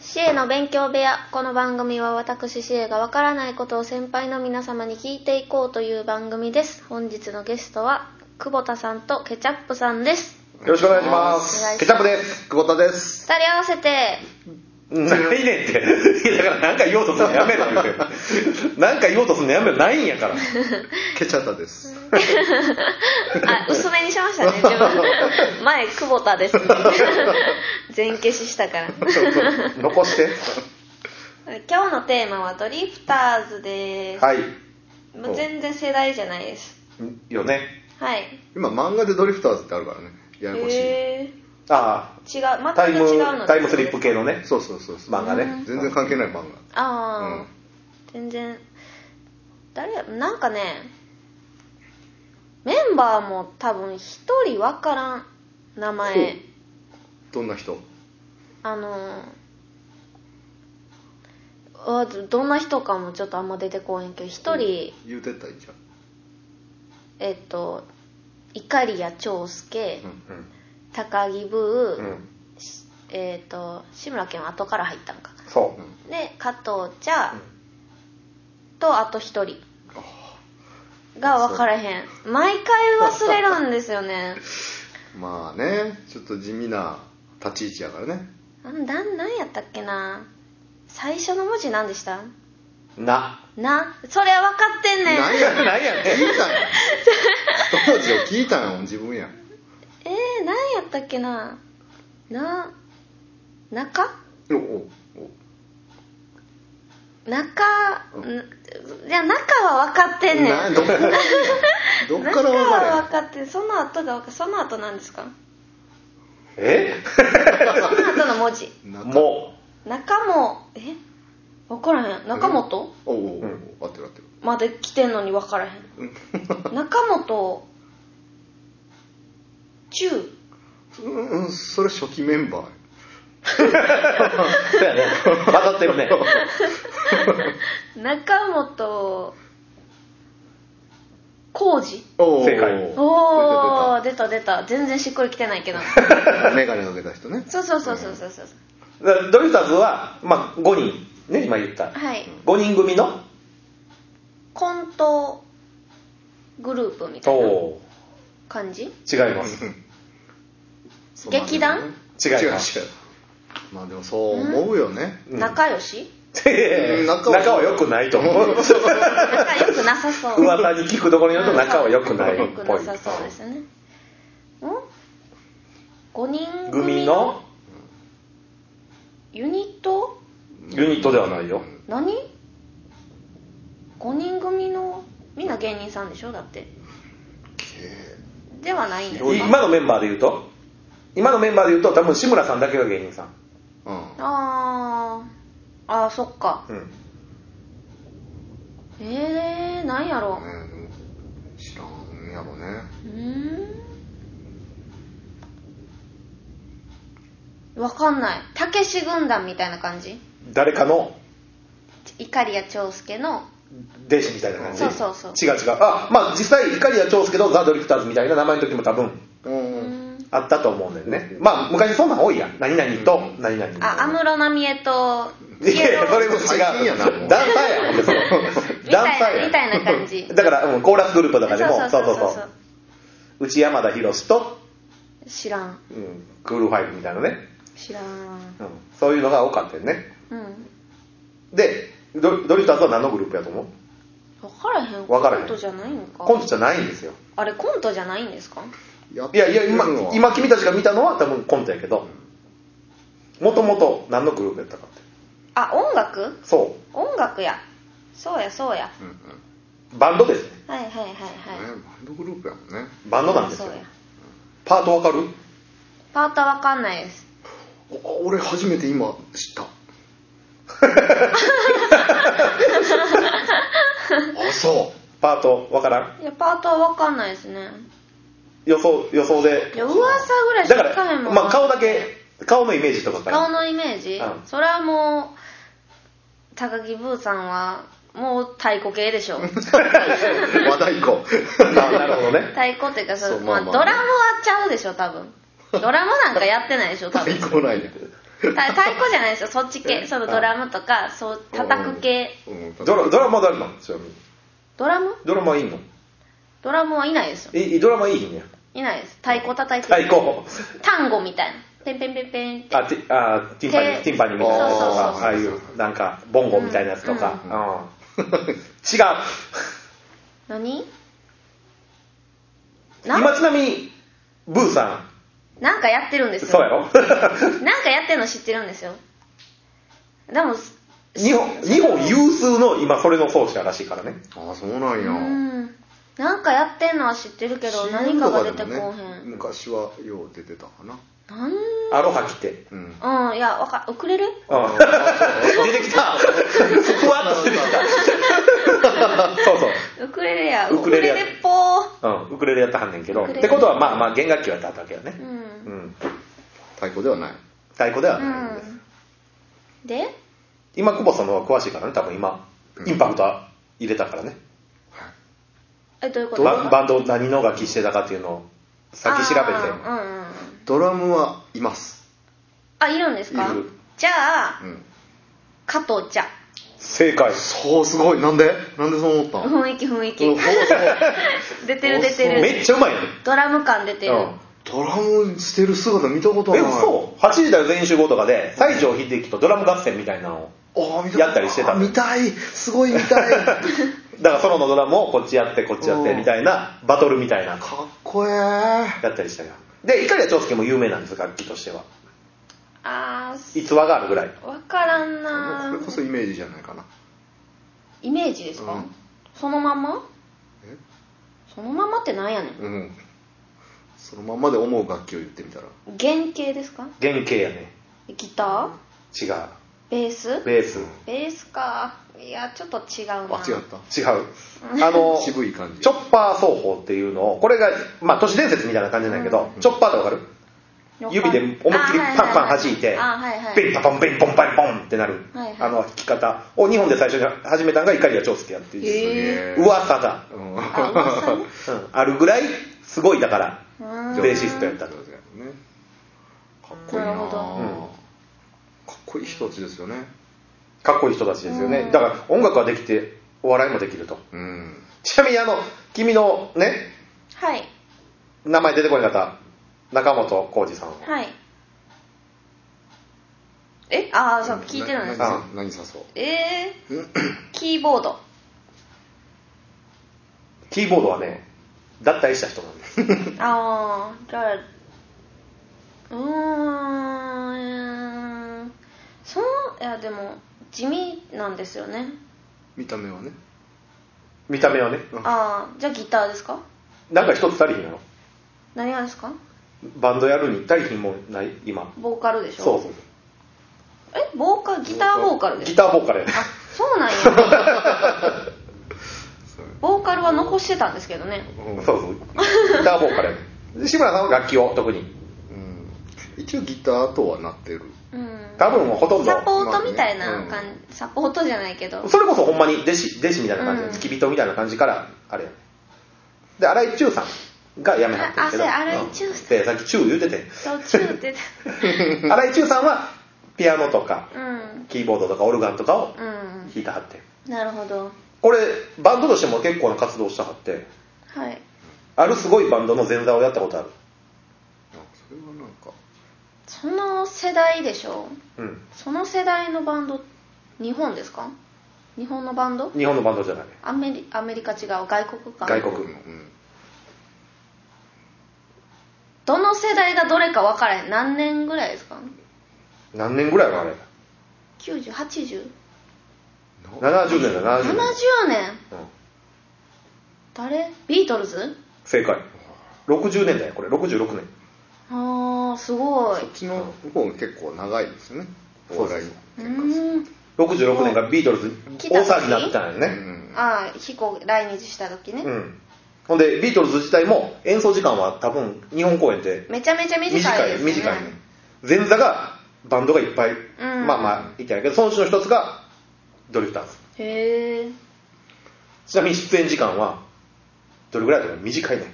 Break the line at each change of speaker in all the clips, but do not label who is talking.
シエの勉強部屋。この番組は私シエがわからないことを先輩の皆様に聞いていこうという番組です。本日のゲストは、久保田さんとケチャップさんです。
よろしくお願いしま
お願いします
す。ケチャップです。久保田です。
二人合わせ て、
うん
それがいいねんって。いや、だからなんか言おうとするのやめろ言うて。なんか言おうとするのやめろ。ないんや から。
ケチャッタです。
あ、薄めにしましたね、自分。前、久保田 です、ね。全消ししたから。
残して。
今日のテーマはドリフターズです。
はい。
もう全然世代じゃないです。
よね。
はい。
今漫画でドリフターズってあるからね。ややこしい。
へ
あ
ー違う、
あ、タイ
全く違うの
ム、タイムスリップ系のね、
そうそうそうそう。
漫画ね。
全然関係ない漫画。
ああ
う、
全然誰やなんかねメンバーも多分一人わからん名前
ん。どんな人？
あのーあどどんな人かもちょっとあんま出てこうへんけど一人、
言うてったらいいじゃ
えっと碇谷長介、
ん。
高木ブ
う
ー、
ん。うん。
しえっと志村けんは後から入ったんか
そ
うん。
で加藤茶、とあと一人が分からへん毎回忘れるんですよね
まあね、ちょっと地味な立ち位置やからね。
なんだなんやったっけな最初の文字何でした
う。な。
なそれは分かってんねん
なんやねん。
ないやねん。
聞いたんや。当時を聞いたんや、自分や。
えー、何やったっけなな中
おおお。
中んいや中は分かってんねん
などっからどっ か
中
ら分かる
は
や
分かってんその後が分かその後なんですか
え
その後の文字
ん中
も
中もえ分からへん中本
おおお
うん
お合ってる合ってる
まで来てんのに分からへん中本中
うん、うん、それ初期メンバー
う。そうやね。混ざってるね。
中本浩二
お
正解
おお出た出た全然しっくりきてないけど
メガネかけた人ね
そうそうそうそうそうそう
だからドリフターズは、まあ、5人。ね、今言った。
はい
5人組の。
コントグループみたいな
おう。
感じ
違い ます。
そう
劇団
違い
まあでもね違う違う
ます
まあでもそう思うよね
うん
仲良し
仲は良くないと思う。
仲良くなさそう
噂に聞くところによると仲は良くないっ
良く
ぽ
ないさそうですねん5人組
組
の
の
ユニット
ユニットではないよ
何 ?5 人組のみんな芸人さんでしょだってではないんです
広い
か
今のメンバーで言うと今のメンバーで言うと多分志村さんだけが芸人さん
うん
あーあーそっか
うん
えー、なんやろ
ねでも知らんやろね
うーんわかんないたけし軍団みたいな感じ
誰かの
碇谷長介の
弟子みたいな感じ
そうそうそう
違う違うあまあ実際碇谷長介とザ・ドリフターズみたいな名前の時も多分
う
うんん
あったと思うんだよねまあ昔そんなん多いやん何々と
う
何々みたいな
あ安室奈美恵と
いやいやそれも違う
最近やなもう
ダンサーやほんでそれ
み
ダンサ
た
ー
いな
や
みたいな感じ
だから、うん、コーラスグループとかでもそうそうそう内山田博と、
知らん
うん、クールファイブみたいなね、
知らん
うん、そういうのが多かったよね
うん
でドドリフターズは何のグループやと思う
分からへん
分からへ
コ
ん
ントじゃないんか
コントじゃないんですよ
あれコントじゃないんですか
やっ
いやいや今
てるのは
今君たちが見たのは多分コントやけどもともと何のグループやったかって
あ音楽
そ
音楽やそうやそうや
うんうんね
うバンドですね
はいはいはいはい
バンドグループやもんね
バンドなんです
そう
よ
や
パートわかる
パートは分かんないです
お俺初めて今 知ったあそ
パートわからん
いやパートは分かんないですね
予想予想で
いや噂ぐらいし
だ
か
か
聞かへん
ら、
もん
まあ、顔だけ顔のイメージとかから
顔のイメージ、
うん
それはもう高木ブーさんはもう太鼓系 でしょ
う和太鼓
あなるほどね
太鼓っていうかそ
そう
まあ
まあまあ
ドラムはちゃうでしょ多分ドラマなんかやってないでしょ多分
最高なんや
た太鼓じゃないですよそっち系そのドラムとかそう叩く系
うん
ドラドラマ誰なのちなみに
ドラム
ドラマいいの
ドラムはいないですよ
えドラマいいんや
いないです太鼓叩いて
太
る
鼓
単語みたいなペンペンペンペンって
あティあティンパニ
手
ーティンパニーみたいなやつとか
そうそうそうそう
ああいうなんかボンゴみたいなやつとか、
う
うんん
うん
違う
何な
今ちなみにブーさ
なんかやってるんで
ん
すよ
そうやろ
なんかやってるの知ってるんですよでも
日本日本有数の今それの奏者らしいからね
あそうなん
う
や
んなんかやってんのは知ってるけど何かが出てこうへ
CM とかでもね
ん
昔はよう出てたかな
なん
アロハ着て
うん
うんいやわかウクレレ
うん出てきたふわっとしてきたそうそう
ウクレレや
ウクレレや
っぽー
うん、ウクレレやってはんねんけど
ウ
っ
クレレ
てことはまあまあ弦楽器はやってはったわけよね
う、
うん
ん
太鼓ではない
太鼓では
う
ないんです、
んで
今久保さんの方が詳しいからね多分今
うん
インパクトは入れたからね、
えどういうこと
ババンドを何の楽器してたかっていうのを先調べて
あーうんうん
ドラムはいます
あいるんですか
いる
じゃあ
うん
加藤茶
正解
そうすごいなんでなんでそう思ったん
雰囲気雰囲
そう
気
そ う
出てる出てる
めっちゃうまいね
ドラム感出てる、
ドラムしてる姿見たこと
うん、
な
え
い
そう8時だよ全員集合とかで西城秀樹とドラム合戦みたいなのを
あー見
やったりしてた
あ見たいすごい見たい
だからソロのドラムをこっちやってこっちやって
うん
みたいなバトルみたいな
かっこええ
やったりしたよで碇谷長介も有名なんです楽器としては
あー
逸話があるぐらい
分からんな
それこそイメージじゃないかな
イメージですか、
うん
そのまんま
え
そのまんまってなんやねん
うんそのまんまで思う楽器を言ってみたら
原型ですか
原型やね
ギター
違う
ベース
ベース
ベースかいやちょっと違うな
あ違った
違う あの
渋い感じ
チョッパー奏法っていうのをこれがまあ都市伝説みたいな感じなんやけど、
うん
チョッパーってわかる指で思いっきりパンパン弾いて
あはいはい
ペンパポンペンポンパンポンってなる、
はいはい
あの弾き方を日本で最初に始めたのが碇谷長介やっていう、
へ
うわ
噂だ、
うん
あ噂ね
うんあるぐらいすごいだから
うーん
ベーシストやった
上手やねかっこいい
な
な
るほど
うん
かっこいい人たちですよね
かっこいい人たちですよね、
うん
だから音楽はできてお笑いもできると
うん
ちなみにあの君のね
はい
名前出てこなかった中本浩二さんは、
はいえああそう聞いてるんです
な
か
か
何何さそう
え
うん
ー、キーボード
キーボードはね脱退した人なんです
ああじゃあうーんそのいやでも地味なんですよね
見た目はね
見た目はね
うん
ああじゃあギターですか
なんか一つ足りひんやろ
何がですか
バンドやるに足りひんもんない今
ボーカルでしょ
そうそう
えボーカルギターボーカルです
ギターボーカルやね
あそうなんや ボーカルは残してたんですけどね
うん
そうそうギターボーカル やねで志村さんは楽器を特に
うん一応ギターとはなってる
うん
多分もうほとんど
サポートみたいな感じ、
まあ
サポートじゃないけ ど
それこそほんまに弟子弟子みたいな感じ、
うん
付き人みたいな感じからあれやねで荒井中さんが辞めはってんけど
ああそうや荒井注さん
でさっき中言うてて
途中で
ん荒井中さんはピアノとか
うん
キーボードとかオルガンとかを
うん
弾いてはってん
なるほど
これバンドとしても結構な活動したはって
はい
あるすごいバンドの前座をやったことある
あそれはなんか
その世代でしょ
うん
その世代のバンド日本ですか日本のバンド
日本のバンドじゃない
アメリアメリカ違う外国か
外国
うん
どの世代がどれか分からへん何年ぐらいですか
何年ぐらいのあれ
908070
70年だ70年、
年
うん
誰ビートルズ
正解60年代やこれ66年
ああすごい
そっちの方が結構長いですよねお笑いの
うーん
66年がビートルズ
来た
大
時
騒ぎになってたんや
う
ね
ん
ああ飛行来日した時ね、
うんほんでビートルズ自体も演奏時間は多分日本公演で
めちゃめちゃ短
短
い
い
ですね
短いね前座がバンドがいっぱい
ん
まあまあいたんやけどそのうちの一つがドリフターズ
へえ
ちなみに出演時間はどれぐらいだろう短いね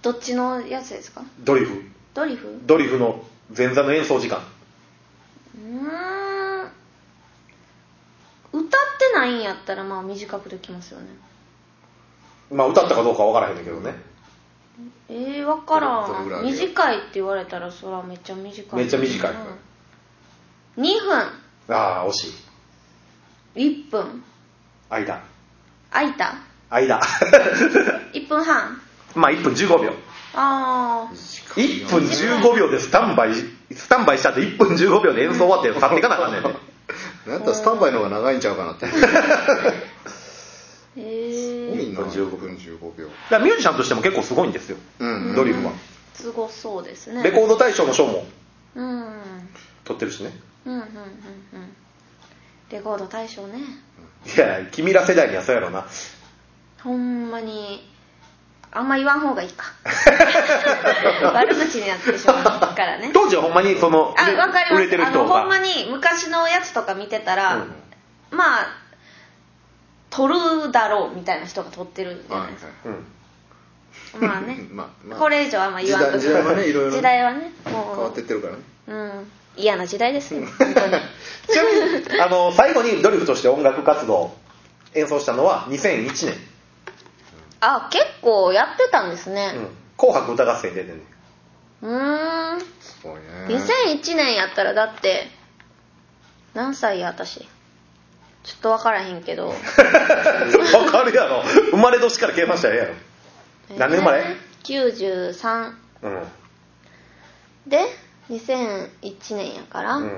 どっちのやつですか
ドリフ
ドリフう
ドリフの前座の演奏時間
ーん歌ってないんやったらまあ短くできますよね
まあ歌ったかどうかは分からへんねんけどね
えー、分から
どれぐら
ん
いで
短いって言われたらそれはめっちゃ短い
めっちゃ短い
2分
ああ惜しい
1分
間
空いた
間
1分半
まあ1分15秒
ああ
1分15秒でスタンバイスタンバイしたって1分15秒で演奏終わって去っていかなあかんねんね
なんやったらスタンバイの方が長いんちゃうかなって
え
多
ー、
いな15
15分
分15秒
だからミュージシャンとしても結構すごいんですよ、
うんうん
ドリフは、
すごそうですね
レコード大賞の賞も
うんうん
取ってるしね
うんうんうんレコード大賞ね
いや君ら世代にはそうやろうな
ほんまにあんま言わん方がいい か悪口になってしまうからね
当時はほんまにその
あわかります
売れてる
あの
人
ほんま
が
に昔のやつとか見てたら、
うん
まあ取るだろうみたいな人が取ってるじゃ
は
ない
い
ですか、
うん
まあね
まあまあ
これ以上はあんま言わんと
時代時代はねいろいろね
時代はねもう
変わってってるからね
うん嫌な時代です よ本当に
ちなみにあの最後にドリフとして音楽活動を演奏したのは2001年、
あ結構やってたんですね
うん紅白歌合戦」出てね
うーん
すごいね
2001年やったらだって何歳や私ちょっと分からへんけど
わかるやろ生まれ年から消えましたらええやろ 何年生まれ、
?93
うん
で2001年やから、
うん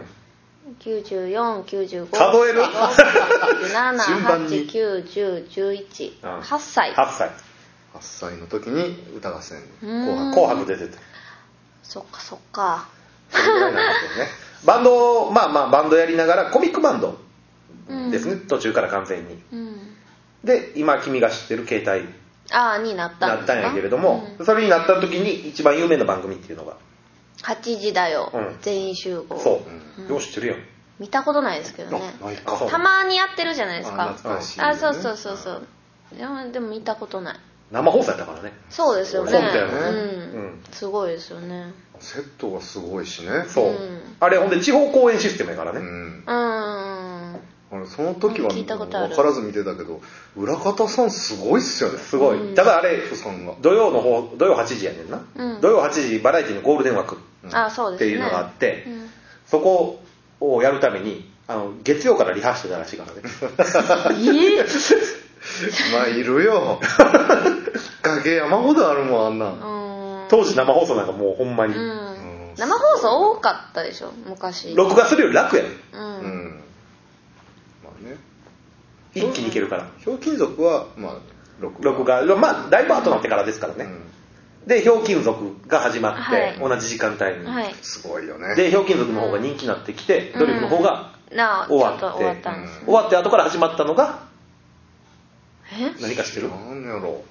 9495
数える
順番に
うん
7810118歳
8歳
8歳の時に歌合戦
う
紅
ん
白
紅白出てて
そっかそっか
それぐらいなんで すよねバンドをまあまあバンドやりながらコミックバンド
うん
ですね、途中から完全に
うん
で今君が知ってる携帯
ああになった
なんっ
です
た
か
んやけれども、
うん
それになった時に一番有名な番組っていうのが
8時だよ、
うん
全員集合
そうう、
ん
よう知ってるやん
見たことないですけどね
あないか
そう
たまにやってるじゃないです
あ
か
懐かしいね
あそうそうそうそうでもでも見たことない
生放送やったからね
そうですよね
そうだよね
うん
うん
すごいですよね
セットがすごいしね
そう、
うん
あれほんで地方公演システムやからね、
うん
うん
俺その時は
聞いたことある
分からず見てたけど裏方さんすごいっすよね
すごい、
うん
ただあれ
お父さんが
土曜の方土曜8時やねんな、
うん
土曜8時バラエティのゴールデン枠
うん
あそうです
って
ね
いうのがあって、
うん
そこをやるためにあの月曜からリハしてたらしいからね
ええ
まあいるよ崖山ほどあるもんあんな
うんん
当時生放送なんかもうほんまに、
う
うんん
生放送多かったでしょ昔
録画するより楽やん
う
うんんまあね
一気にいけるから
ひょうきん族はまあ録画
録画まあだいぶ後になってからですから
う
ね、
ん
でひょうきん族が始まって、
はい
同じ時間帯に、
はい
すごいよね
でひょうきん族の方が人気になってきて、ドリフの方が
なあちょ
終わっ
ってと終わったんですね
終わって後から始まったのが
え
何か知ってる
なんやろ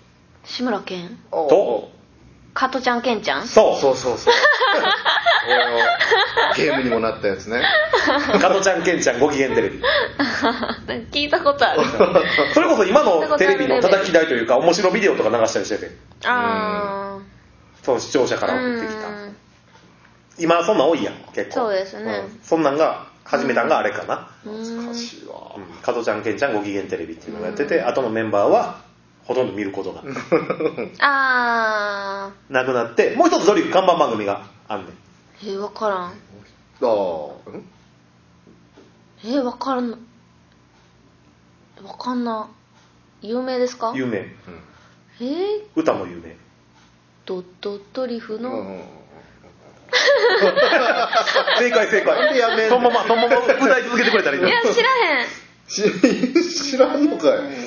志村けん
と
加トちゃんけんち ゃん
そう
そうそうそう 俺のゲームにもなったやつね
加トちゃんけんちゃんご機嫌テ レビ
聞いたこと ある
それこそ今のテレビの叩き台というか面白ビデオとか流したりしてて
あ
その視聴者
あ
から送ってきた
うん
今そんなん多いやん結構
そうですね
んそんなんが始めたんがあれかな、
うん
難しいわ
うん加トちゃんけんちゃんご機嫌テレビっていうのをやってて、後のメンバーはほとんど見ることが
あ
なくなってもう一つドリフ看板番組があんねん
ーえ分からん
ああん
え分からん分かんな有名ですか
有名
うん
えー、
歌も有名
ドッドットリフの、
正解正解
なんでやめんねん
そのままそのまま歌い続けてくれたらいい
い
の
や
に
知らへん
し知らんのかい
えー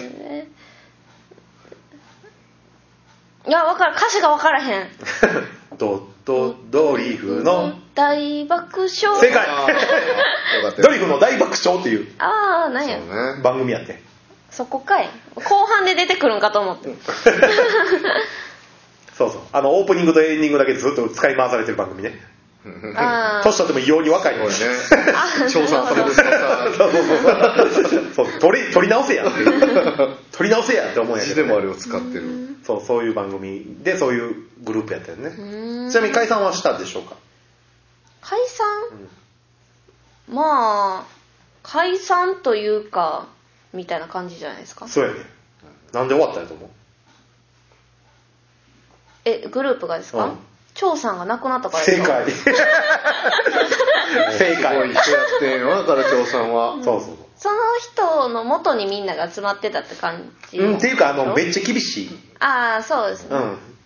いや分からん歌詞が分からへん
ドドドリフの
大爆笑
正解
あーよかった
ドリフの大爆笑っていう
ああなんや
そうね
番組やって
そこかい後半で出てくるんかと思って
そうそうあのオープニングとエンディングだけずっと使い回されてる番組ね
あー
年とっても異様に若いのに
すごいね 調査される調査
そうそう そうそう取り取り直せやっていう取り直せやって思うんやけ
字
ど
で
ね、
もあれを使ってる
そうそういう番組でそういうグループやったよね
うーんうん
ちなみに解散はしたでしょうか、
解散まあ解散というかみたいな感じじゃないですか
そうやねなんで終わったんやと思う
えグループがですか、
うん
張さんが亡くなったからです
正
か
解正
すごい
解
人やってんよなから長さんは
そうそう
その人の元にみんなが集まってたって感じ、
そう、うん、っていうかあのめっ
ち
ちゃ厳しい、
ああそうですね、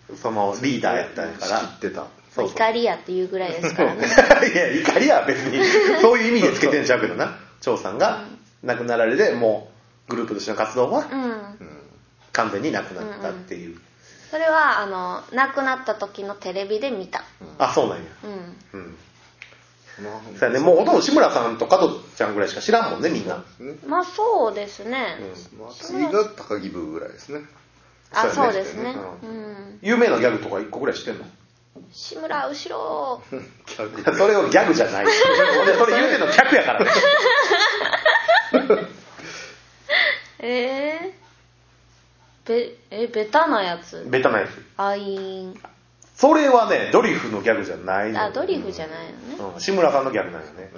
うん、そのリーダーやったんやから
仕切ってた
そうそう
怒りやっていうぐらいですからね
いや怒りは別にそういう意味でつけてんちゃうけどな張さんが亡くなられてもうグループとしての活動は
うん
うん
完全になくなったっていう、
それはあの亡くなった時のテレビで見た
あそうなんや
うん
うん
なん
そうやねもうほとんど志村さんと加トちゃんぐらいしか知らんもんねみんな、
まあそうですね、
うん
まあ、次が高木部ぐらいですね
あ
そ
そうう
で
ですす
ね
ね
う
うん
有名なギャグとか1個ぐらい知ってんの
志村後ろ
逆
それをギャグじゃ ない俺それ言うてんの客やからね
えー、べえ ベタなやつ
ベタなやつ
アイン
それはねドリフのギャグじゃないの
あドリフじゃないのね、
うん志村さんのギャグなんよね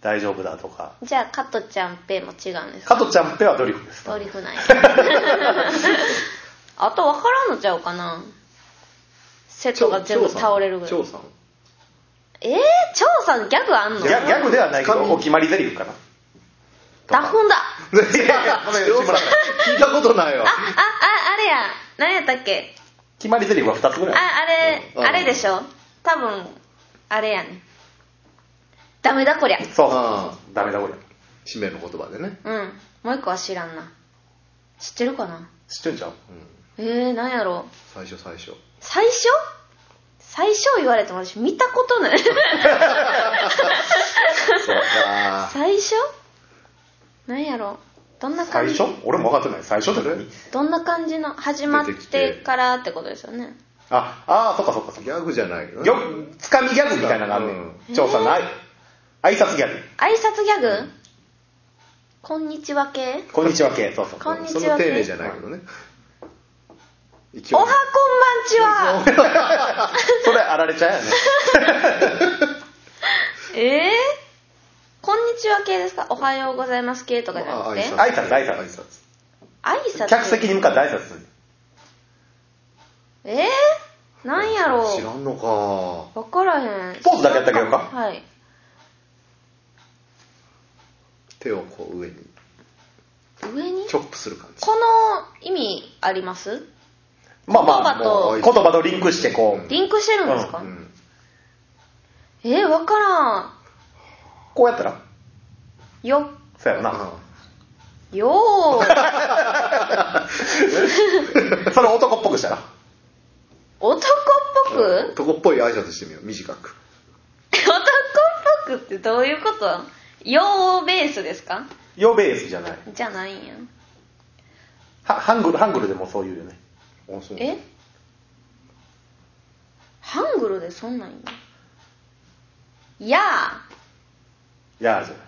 大丈夫だとか
じゃあ加トちゃんペも違うんです
加
か
トちゃんペはドリフです
ドリフ ない あと分からんのちゃうかなセットが全部倒れるぐらい
張さん
えー、張さんギャグあんの
ギャギャグではないけど
神
お決まり台詞かな
ダフンだ
いやいやごめん張さん聞いたことないわ
あああれや何やったっけ
決まり台詞は2つぐ
あ
らい
あれ、
うん
あれでしょ多分あれやねダメだこりゃ
そう
あ
ダメだこれ
使命の言葉でね
うんもう一個は知らんな知ってるかな
知ってんちゃう
えー、何やろう
最初最初
最初最初言われても私見たこと ない
そうか
最初何やろうどんな
最
感じ
初俺も分かってない最初って何
どんな感じの始まっ
出てきて
てからってことですよね
ああーそっかそっかそっ
ギャグじゃないよ
かよつかみギャグみたいなのがあるね
うん
張さんのあい挨拶ギャグ
挨拶ギャグ、こんにちは系
こんにちは系そうそう
こんにちは
その丁寧じゃないけどね一
お
応
はこんばんちは
それあられちゃうやね
ええこんにちは系ですかおはようございます系とかじゃな
まあ
く
挨
て
拶
挨拶挨拶
挨拶
客席に向かって挨拶する
ええなんやろ
知らんのか
う分からへん
ポーズだけやったらいいのか
はい
手をこう上に
上に
チョップする感じ
この意味あります
まあまあ
言葉と
もう言葉とリンクしてこう
リンクしてるんですか、
うん
えー、分からん
こうやったら
よ
そうやろな
あ
よ ー
それ男っぽくしたら
男っぽく、
あ男っぽい挨拶してみよう短く
男っぽくってどういうことよーベースですか
よベースじゃない
じゃないんや
はハングルハングルでもそういうよね
あそう
えハングルでそんなん言うや
いやーじゃない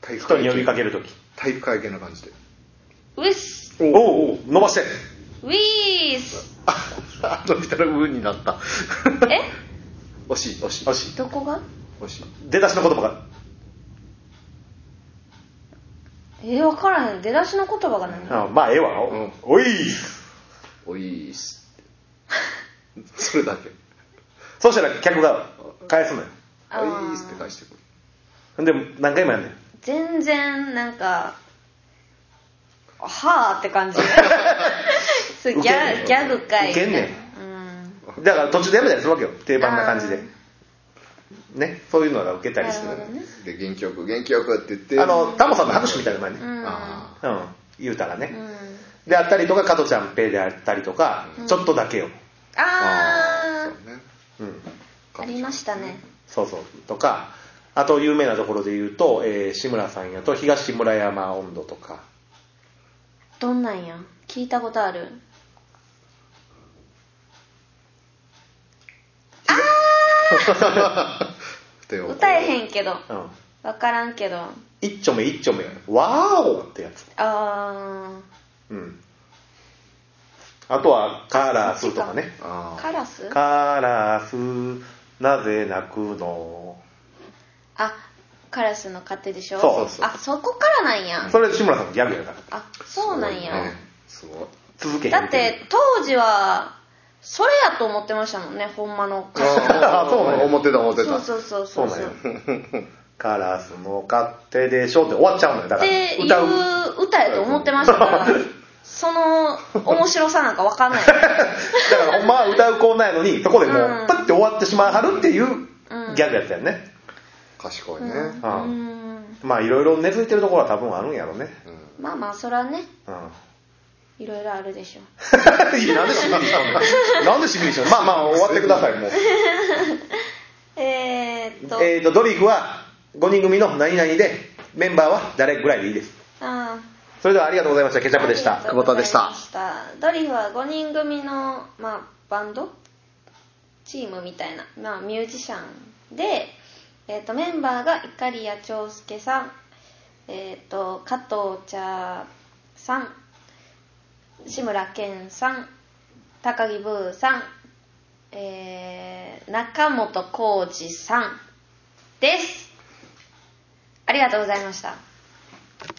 体育
人
会
に呼び
系
かけるとき
体育会系な感じで
ーウィス
おうおう伸ばして
ウィー ス
ああ伸びたら上になった
え
惜しい惜しい
よし
どこが
惜しい
出だしの言葉が
えー、分からへん出だしの言葉が何
うんまあええわ、
うん
おい
おいっすそれだけ
そうしたら客が返すのよ
あ
おい
ー
っすって返してくる
で何回もやんねん
全然なんかはあって 感じそれギャギャグかい
ウケんね
み
ん
たいなうん
だから途中でやめたりするわけよ定番な感じで
あ
ねそういうのが受けたりする
なるほどね
で元気よく元気よくって言って
あのタモさんの拍手みたいなのがね
う、ん
あ
うん言うたらね、
うん
であったりとか加トちゃんペイであったりとか、ちょっとだけよ、
あ
ーそうね
うん、
あありましたね
そうそうとかあと有名なところで言うと、えー志村さんやと東村山温度とか
どんなんや聞いたことある
手を
歌え
ん
へんけど
うん
分からんけどあ
一丁目一丁目わーおってやつ
あ
うんあとはカラスとかね
あ
カラス
カラスなぜ泣くの
あカラスの勝手でしょ
そうそう
あそこからなんや
それ志村さんのギャグやから
あそうなんや、
すごいね
続けへん
だって当時はそれやと思ってましたもんねほんまのカラス
すごいあ
あそうなん や
思ってた思って
そう
た
そうそう
そ
そうう
なん
そ
や
う
カラスの勝手でしょって終わっちゃうのよだ
っ
から
てい
歌う
う歌やと思ってましたからその面白さなんかわか んない
だからほんまは歌うコーナーや のにそこでも
う
うんパッて終わってしまいはるっていう
うん
ギャグやったよね、
賢いう
ん
ね
ああ
うん
まあいろいろ根付いてるところは多分あるんやろね
うん
まあまあそらね
うん
いろいろあるでしょ
いやなんでしみりしたんだなんでしみりしたんだまあまあ終わってくださいもう
えー、っと、
えーとドリフは5人組の何々でメンバーは誰ぐらいでいいです
ああ
それではありがとうございましたケチャップでした
ありがとうございまドリフは5人組の、まあ、バンドチームみたいな、まあ、ミュージシャンで、えー、とメンバーが碇谷長介さん、えー、と加藤茶さん志村けんさん高木ブーさん、えー中本浩二さんですありがとうございました